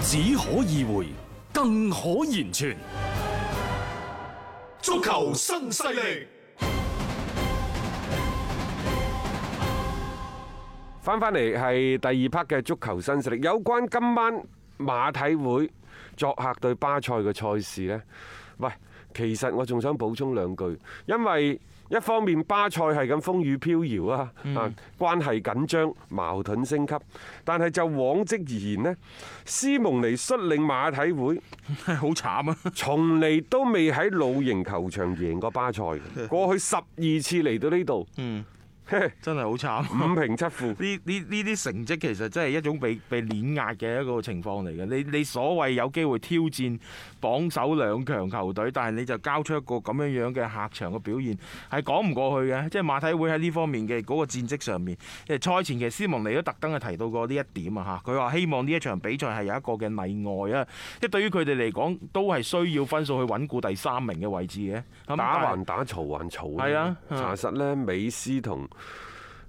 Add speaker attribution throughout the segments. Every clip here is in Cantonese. Speaker 1: 只可意會，更可言傳。
Speaker 2: 足球新勢力。
Speaker 3: 翻翻嚟係第二 part 嘅足球新勢力，有關今晚馬體會作客對巴塞嘅賽事呢，喂，其實我仲想補充兩句，因為一方面巴塞係咁風雨飄搖啊，啊關係緊張，矛盾升級，但係就往績而言呢，斯蒙尼率領馬體會。
Speaker 4: 好慘啊！
Speaker 3: 從嚟都未喺老型球場贏過巴塞嘅，過去十二次嚟到呢度，
Speaker 4: 真係好慘。
Speaker 3: 五平七負。
Speaker 4: 呢呢呢啲成績其實真係一種被被碾壓嘅一個情況嚟嘅。你你所謂有機會挑戰榜首兩強球隊，但係你就交出一個咁樣樣嘅客場嘅表現，係講唔過去嘅。即係馬體會喺呢方面嘅嗰個戰績上面，誒賽前其實斯蒙尼都特登係提到過呢一點啊嚇。佢話希望呢一場比賽係有一個嘅例外啊，即係對於佢哋嚟講都係需要分數去穩固第三名嘅位置嘅。咁
Speaker 3: 打
Speaker 4: 但係
Speaker 3: 還打，嘈還嘈。
Speaker 4: 係啊
Speaker 3: 查實呢，美斯同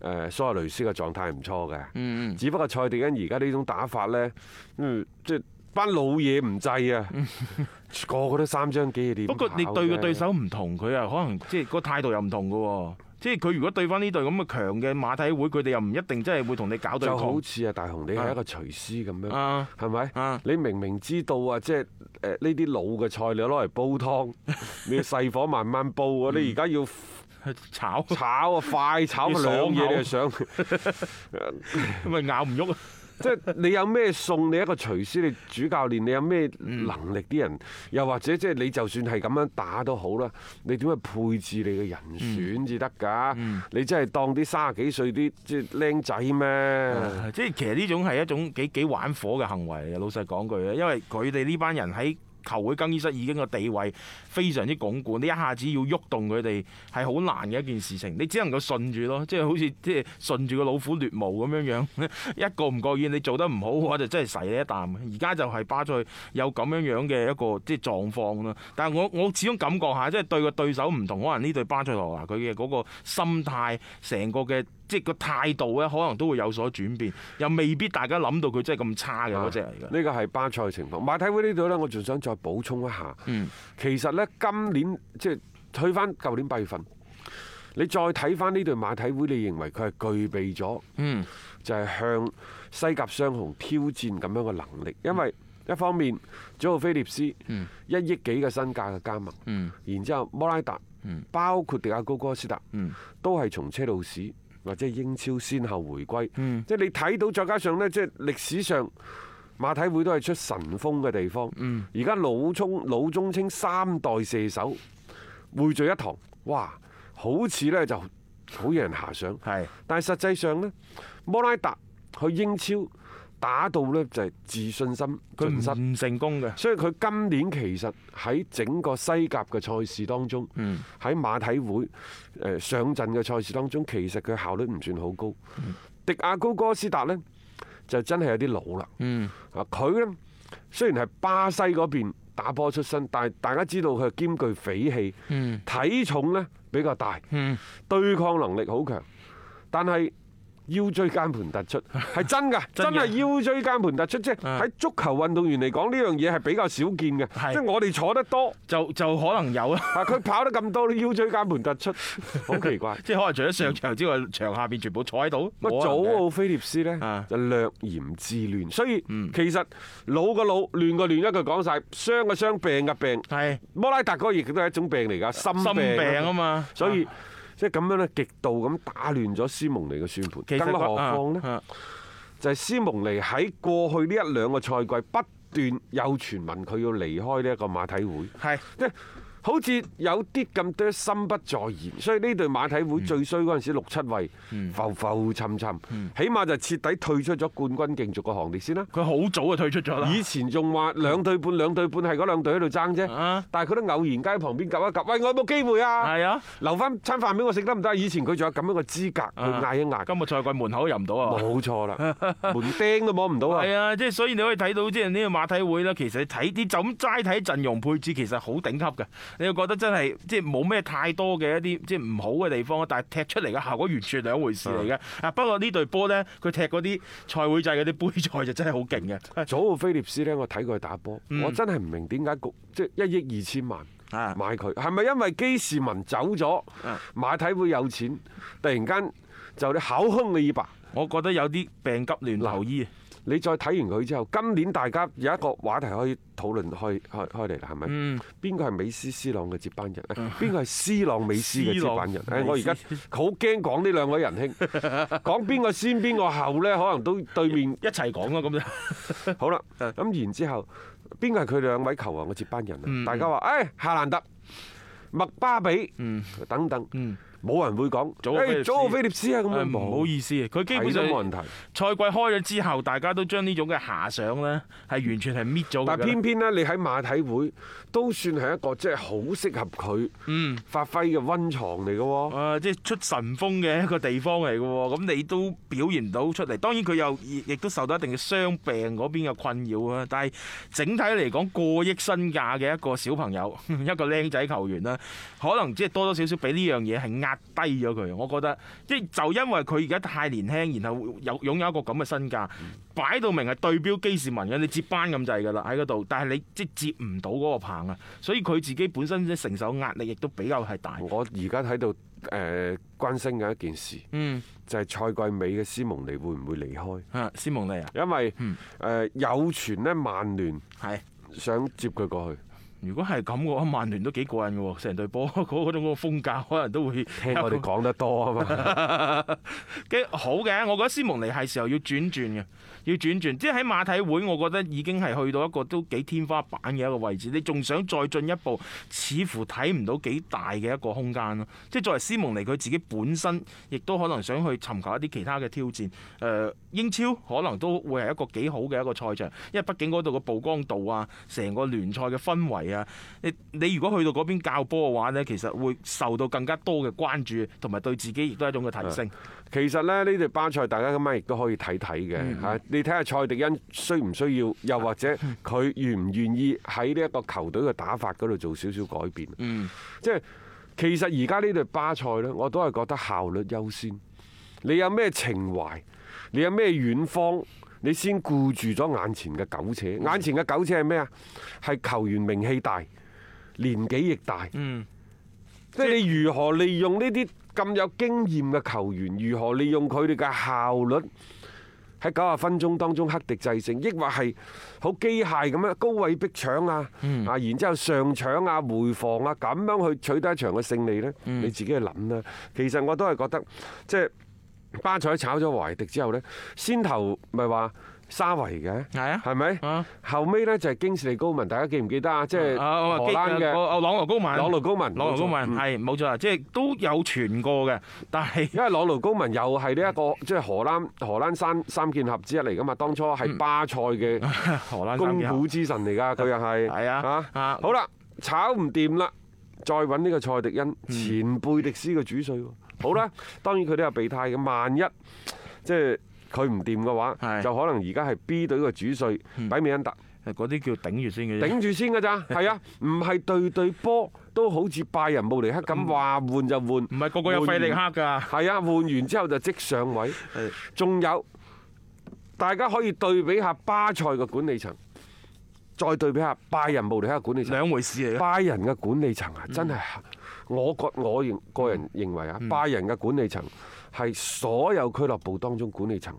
Speaker 3: 誒蘇亞雷斯嘅狀態唔錯嘅。
Speaker 4: 嗯
Speaker 3: 只不過蔡迪恩而家呢種打法呢，嗯，即係班老嘢唔制 啊，個個都三張幾點
Speaker 4: 不
Speaker 3: 跑啫。
Speaker 4: 過你對個對手唔同，佢啊可能即係個態度又唔同嘅喎。即係佢如果對翻呢隊咁嘅強嘅馬體會，佢哋又唔一定真係會同你搞對
Speaker 3: 就好
Speaker 4: 抗。
Speaker 3: 似啊大雄，你係一個廚師咁樣。
Speaker 4: 啊，
Speaker 3: 係咪
Speaker 4: 啊？
Speaker 3: 你明明知道啊，即係誒呢啲老嘅菜你攞嚟煲 湯，你要細火慢慢煲啊！你而家要
Speaker 4: 炒
Speaker 3: 炒啊，快炒啊
Speaker 4: 要
Speaker 3: 兩
Speaker 4: 爽口
Speaker 3: 嘢你就想，即
Speaker 4: 咪咬唔喐啊！
Speaker 3: 係你有咩餸？你一個廚師，你主教練，你有咩能力？啲人又或者即係你就算係咁樣打都好啦，你點去配置你嘅人選至得㗎？你真係當啲三十幾歲啲即係僆仔咩？
Speaker 4: 即係其實呢種係一種幾幾玩火嘅行為嚟嘅。老實講句咧，因為佢哋呢班人喺球會更衣室已經個地位非常之鞏固，你一下子要喐動佢哋係好難嘅一件事情。你只能夠順住咯，即係好似即係順住個老虎掠毛咁樣 樣，一個唔覺意你做得唔好嘅話，就真係噬你一啖。而家就係巴塞有咁樣樣嘅一個即係狀況啦。但係我我始終感覺下，即係對個對手唔同，可能呢對巴塞羅那佢嘅嗰個心態，成個嘅。即係個態度咧，可能都會有所轉變，又未必大家諗到佢真係咁差嘅嗰隻嚟嘅。
Speaker 3: 啊呢個係巴塞嘅情況。馬體會呢度呢，我仲想再補充一下。
Speaker 4: 嗯
Speaker 3: 其實呢，今年即係退翻舊年八月份，你再睇翻呢隊馬體會，你認為佢係具備咗
Speaker 4: 嗯
Speaker 3: 就係向西甲雙雄挑戰咁樣嘅能力，因為一方面祖奧菲利斯一
Speaker 4: 嗯
Speaker 3: 億幾嘅身價嘅加盟，
Speaker 4: 嗯
Speaker 3: 然之後摩拉達
Speaker 4: 嗯，
Speaker 3: 包括迪亞高哥斯達
Speaker 4: 嗯，
Speaker 3: 都係從車路士或者英超先後回歸。
Speaker 4: 嗯
Speaker 3: 即係你睇到，再加上呢，即係歷史上馬體會都係出神鋒嘅地方。
Speaker 4: 嗯
Speaker 3: 而家老中老中青三代射手匯聚一堂，哇！好似呢就好惹人遐想。
Speaker 4: 係
Speaker 3: 但係實際上呢，摩拉達去英超打到呢就係自信心盡
Speaker 4: 佢
Speaker 3: 失，
Speaker 4: 唔成功嘅。
Speaker 3: 所以佢今年其實喺整個西甲嘅賽事當中，
Speaker 4: 嗯
Speaker 3: 喺馬體會誒上陣嘅賽事當中，其實佢效率唔算好高。
Speaker 4: 嗯
Speaker 3: 迪亞高哥斯達呢，就真係有啲老啦。
Speaker 4: 嗯
Speaker 3: 啊，佢呢，雖然係巴西嗰邊打波出身，但係大家知道佢係兼具匪氣，
Speaker 4: 嗯
Speaker 3: 體重呢比較大。
Speaker 4: 嗯
Speaker 3: 對抗能力好強，但係腰椎間盤突 出，係真㗎，真
Speaker 4: 真嘅
Speaker 3: 係腰椎間盤突出，即係
Speaker 4: 啊
Speaker 3: 喺足球運動員嚟講呢樣嘢係比較少見嘅，
Speaker 4: 係
Speaker 3: 即係我哋坐得多，
Speaker 4: 就就可能有啦，
Speaker 3: 啊佢跑得咁多，啲腰椎間盤突出，好奇怪。
Speaker 4: 即係可能除咗
Speaker 3: 嗯
Speaker 4: 上場之外，場下邊全部坐喺度。
Speaker 3: 乜
Speaker 4: 冇可能啊
Speaker 3: 祖
Speaker 4: 嘅
Speaker 3: 奧菲利斯呢
Speaker 4: 啊，嗯
Speaker 3: 就略嫌自亂，所以其實老個老，亂個亂，一句講晒，傷個傷，病嘅病。
Speaker 4: 係
Speaker 3: 摩拉達哥亦都係一種病嚟㗎，心
Speaker 4: 啊心病啊
Speaker 3: 嘛。
Speaker 4: 嘛，
Speaker 3: 所以即係咁樣呢，極度咁打亂咗斯蒙尼嘅算盤。
Speaker 4: 其
Speaker 3: 更
Speaker 4: 實
Speaker 3: 何況
Speaker 4: 啊
Speaker 3: 呢，
Speaker 4: 啊
Speaker 3: 就係斯蒙尼喺過去呢一兩個賽季不斷有傳聞佢要離開呢一個馬體會。
Speaker 4: 係
Speaker 3: 即係好似有啲咁多心不在焉，所以呢隊馬體會最衰嗰陣時六七位，浮浮沉沉，起碼就徹底退出咗冠軍競逐嘅行列先啦。
Speaker 4: 佢好早就退出咗啦。
Speaker 3: 以前仲話兩隊半兩隊半係嗰兩隊喺度爭啫
Speaker 4: 啊，
Speaker 3: 但係佢都偶然間喺旁邊夾一夾，喂我有冇機會啊？
Speaker 4: 係啊，
Speaker 3: 留翻餐飯俾我食得唔得啊？以前佢仲有咁樣嘅資格去嗌一嗌，
Speaker 4: 今個賽季門口入唔到啊。
Speaker 3: 冇錯啦，門釘都摸唔 到啊！
Speaker 4: 係啊，即係所以你可以睇到，即係呢個馬體會啦。其實睇啲就咁齋睇陣容配置，其實好頂級嘅。你又覺得真係即係冇咩太多嘅一啲即係唔好嘅地方，但係踢出嚟嘅效果完全兩回事嚟嘅。啊，不過呢隊波呢，佢踢嗰啲賽會制嗰啲杯賽就真係好勁嘅。
Speaker 3: 啊祖奧菲利斯呢，我睇過佢打波，我真係唔明點解局即係一億二千萬
Speaker 4: 嗯啊
Speaker 3: 買佢，係咪因為基士文走咗，馬體會有錢，突然間就你口空你二百？
Speaker 4: 我覺得有啲病急亂投醫。
Speaker 3: 你再睇完佢之後，今年大家有一個話題可以討論開開開嚟啦，係咪？
Speaker 4: 嗯
Speaker 3: 邊個係美斯斯朗嘅接班人？邊個係斯朗美斯嘅接班人？
Speaker 4: 啊斯朗
Speaker 3: 誒，我而家好驚講呢兩位仁兄，講邊個先邊個後呢？可能都對面
Speaker 4: 一齊講啦，咁就
Speaker 3: 好啦，
Speaker 4: 嗯
Speaker 3: 咁然之後，邊個係佢兩位球王嘅接班人
Speaker 4: 嗯
Speaker 3: 啊？大家話，誒夏蘭特、麥巴比等等，冇人會講，
Speaker 4: 嗯祖奧菲
Speaker 3: 誒
Speaker 4: 利斯
Speaker 3: 祖奧菲利斯啊咁樣，
Speaker 4: 唔好意思，佢基本
Speaker 3: 睇
Speaker 4: 上
Speaker 3: 都冇人提。
Speaker 4: 賽季開咗之後，大家都將呢種嘅遐想呢係完全係搣咗佢
Speaker 3: 但
Speaker 4: 㗎啦。
Speaker 3: 偏偏呢，你喺馬體會都算係一個即係好適合
Speaker 4: 嗯
Speaker 3: 佢發揮嘅温床嚟嘅喎。
Speaker 4: 啊，即係出神風嘅一個地方嚟嘅喎，咁你都表現到出嚟。當然佢又亦亦都受到一定嘅傷病嗰邊嘅困擾啊。但係整體嚟講，過億身價嘅一個小朋友， 一個僆仔球員啦，可能即係多多少少俾呢樣嘢係壓低咗佢。我覺得即係就因為佢而家太年輕，然後有擁有一個咁嘅身價，擺到明係對標基士文嘅，你接班咁滯㗎啦喺嗰度。但係你即係接唔到嗰個棒啊，所以佢自己本身即係承受壓力亦都比較係大。
Speaker 3: 我而家喺度誒關心嘅一件事，
Speaker 4: 嗯。
Speaker 3: 就係賽季尾嘅斯蒙尼會唔會離開？
Speaker 4: 啊，斯蒙尼啊，
Speaker 3: 因為誒有傳呢，曼聯
Speaker 4: 係。
Speaker 3: 想接佢過去。
Speaker 4: 如果係咁嘅話，曼聯都幾過癮嘅喎，成隊波 嗰嗰種嗰個風格，可能都會
Speaker 3: 聽 我哋講得多啊嘛，
Speaker 4: 嘅好嘅。我覺得斯蒙尼係時候要轉轉嘅，要轉轉。即係喺馬體會，我覺得已經係去到一個都幾天花板嘅一個位置。你仲想再進一步，似乎睇唔到幾大嘅一個空間咯。即係作為斯蒙尼，佢自己本身亦都可能想去尋求一啲其他嘅挑戰。誒、呃英超可能都會係一個幾好嘅一個賽場，因為畢竟嗰度嘅曝光度啊，成個聯賽嘅氛圍啊，你你如果去到嗰邊教波嘅話呢，其實會受到更加多嘅關注，同埋對自己亦都係一種嘅提升。
Speaker 3: 其實咧呢隊巴塞大家今晚亦都可以睇睇嘅嚇，你睇下蔡迪恩需唔需要，又或者佢願唔願意喺呢一個球隊嘅打法嗰度做少少改變。嗯，即係其實而家呢隊巴塞呢，我都係覺得效率優先。你有咩情懷？你有咩遠方？你先顧住咗眼前嘅苟且。眼前嘅苟且係咩啊？係球員名氣大，年紀亦大。
Speaker 4: 嗯，
Speaker 3: 即係你如何利用呢啲咁有經驗嘅球員，如何利用佢哋嘅效率喺九十分鐘當中克敵制勝，抑或係好機械咁樣高位逼搶啊，啊，然之後上搶啊、回防啊，咁樣去取得一場嘅勝利呢？你自己去諗啦。其實我都係覺得，即係巴塞炒咗懷迪之後呢，先頭咪話沙維嘅，
Speaker 4: 係啊
Speaker 3: 係咪？
Speaker 4: 啊
Speaker 3: 後尾呢就係京士利高文，大家記唔記得啊？即係
Speaker 4: 啊，
Speaker 3: 荷蘭嘅
Speaker 4: 啊朗奴高文，
Speaker 3: 朗奴高文
Speaker 4: 朗奴高文
Speaker 3: 冇錯
Speaker 4: 係冇錯啦，即係都有傳過嘅， 但係
Speaker 3: 因為朗奴高文又係呢一
Speaker 4: 嗯
Speaker 3: 個即係荷蘭荷蘭三三劍俠之一嚟噶嘛，當初係巴 塞嘅
Speaker 4: 荷蘭嗯三
Speaker 3: 功
Speaker 4: 劍
Speaker 3: 夫之神嚟㗎，佢又 係
Speaker 4: 係啊啊
Speaker 3: 好啦，炒唔掂啦，再揾呢個蔡迪
Speaker 4: 嗯
Speaker 3: 恩 前貝迪斯嘅主帥喎。好啦，當然佢都有備胎嘅，萬一即係佢唔掂嘅話，
Speaker 4: 係嗯
Speaker 3: 就可能而家係 B 隊嘅主帥比美恩特
Speaker 4: 嗰啲叫頂住先嘅啫。
Speaker 3: 頂住先㗎咋，係啊，唔係對對波都好似拜仁慕尼黑
Speaker 4: 嗯
Speaker 3: 咁話換就換，唔
Speaker 4: 唔係個個有費力克㗎。
Speaker 3: 係啊，換完之後就即上位。仲有，大家可以對比下巴塞嘅管理層，再對比下拜仁慕尼黑嘅管理層。
Speaker 4: 兩啊嗯回事嚟嘅，
Speaker 3: 拜仁嘅管理層啊，真係我個我認個人
Speaker 4: 嗯
Speaker 3: 認為啊，拜仁嘅管理層係所有俱樂部當中管理層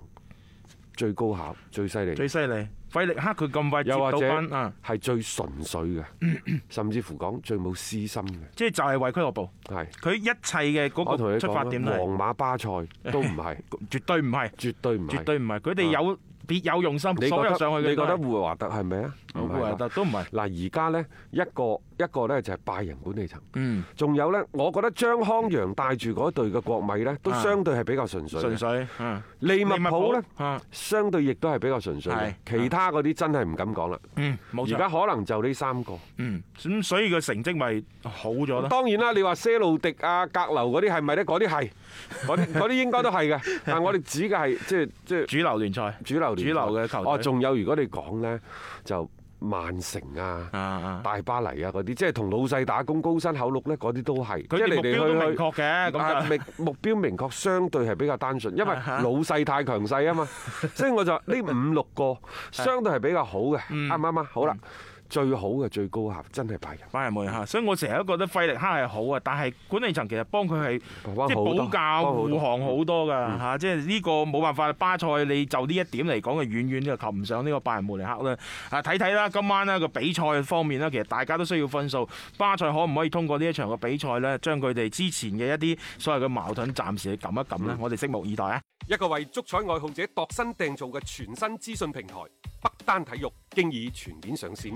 Speaker 3: 最高效、最犀利，
Speaker 4: 最犀利。費力克佢咁快接
Speaker 3: 又
Speaker 4: 到
Speaker 3: 或者
Speaker 4: 班啊，
Speaker 3: 係最純粹嘅，
Speaker 4: 嗯
Speaker 3: 甚至乎講最冇私心嘅，
Speaker 4: 即係就係為俱樂部，
Speaker 3: 係。
Speaker 4: 佢一切嘅
Speaker 3: 我
Speaker 4: 嗰
Speaker 3: 同你
Speaker 4: 個出發
Speaker 3: 講
Speaker 4: 點
Speaker 3: 啦，
Speaker 4: 都
Speaker 3: 皇馬、巴塞都 唔係，
Speaker 4: 係絕對唔係，
Speaker 3: 絕對唔
Speaker 4: 絕
Speaker 3: 係。
Speaker 4: 對唔係，佢哋有別有用心，
Speaker 3: 你覺
Speaker 4: 所有上
Speaker 3: 得
Speaker 4: 去嘅
Speaker 3: 你覺得
Speaker 4: 都係
Speaker 3: 胡華特係咪啊？唔係
Speaker 4: 胡華
Speaker 3: 嘛
Speaker 4: 特都唔係，
Speaker 3: 嗱，而家呢，一個一個呢就係拜仁管理層，
Speaker 4: 嗯，
Speaker 3: 仲有呢，我覺得張康陽帶住嗰隊嘅國米呢，都
Speaker 4: 啊
Speaker 3: 相對係比較純粹嘅。
Speaker 4: 純粹啊，
Speaker 3: 利物浦呢，
Speaker 4: 啊，
Speaker 3: 相對亦都係比較純粹嘅，
Speaker 4: 係
Speaker 3: 其他嗰啲真係唔敢講啦。
Speaker 4: 嗯，冇
Speaker 3: 而
Speaker 4: 錯，
Speaker 3: 家可能就呢三個。
Speaker 4: 嗯，咁所以個成績咪好咗咯。
Speaker 3: 當然啦，你話些路迪啊、格流嗰啲係咪呢？嗰啲 係，嗰啲嗰啲應該都係嘅。但我哋指嘅係即係即係
Speaker 4: 主流聯賽
Speaker 3: 主流聯賽
Speaker 4: 主流嘅球隊
Speaker 3: 哦，仲有如果你講呢，就曼城啊。
Speaker 4: 啊啊，
Speaker 3: 大巴黎啊嗰啲，即係同老細打工高薪厚祿呢，嗰啲都係，即
Speaker 4: 佢
Speaker 3: 係
Speaker 4: 哋
Speaker 3: 嚟
Speaker 4: 目標都
Speaker 3: 嚟去
Speaker 4: 明
Speaker 3: 去。
Speaker 4: 確嘅，
Speaker 3: 啊
Speaker 4: 咁就啊
Speaker 3: 明目標明確，相對係比較單純，因為老細太強 勢啊嘛，所以我就話呢五六
Speaker 4: 啊
Speaker 3: 個相對係比較好嘅，
Speaker 4: 嗯
Speaker 3: 啱唔啱啊？好啦，最好嘅最高效真係拜仁，
Speaker 4: 拜仁慕尼黑，所以我成日都覺得費力克係好啊，但係管理層其實幫佢係
Speaker 3: 幫
Speaker 4: 即係
Speaker 3: 好多
Speaker 4: 保
Speaker 3: 幫
Speaker 4: 駕
Speaker 3: 好多嗯
Speaker 4: 護航好多㗎嚇，即係呢個冇辦法，巴塞你就呢一點嚟講，係遠遠就及唔上呢個拜仁慕尼黑啦。啊，睇睇啦，今晚呢個比賽方面呢，其實大家都需要分數，巴塞可唔可以通過呢一場嘅比賽呢，將佢哋之前嘅一啲所謂嘅矛盾暫時撳一
Speaker 3: 嗯
Speaker 4: 撳呢？我哋拭目以待啊！
Speaker 3: 一個為足彩愛好者度身訂造嘅全新資訊平台北單體育，經已全面上線。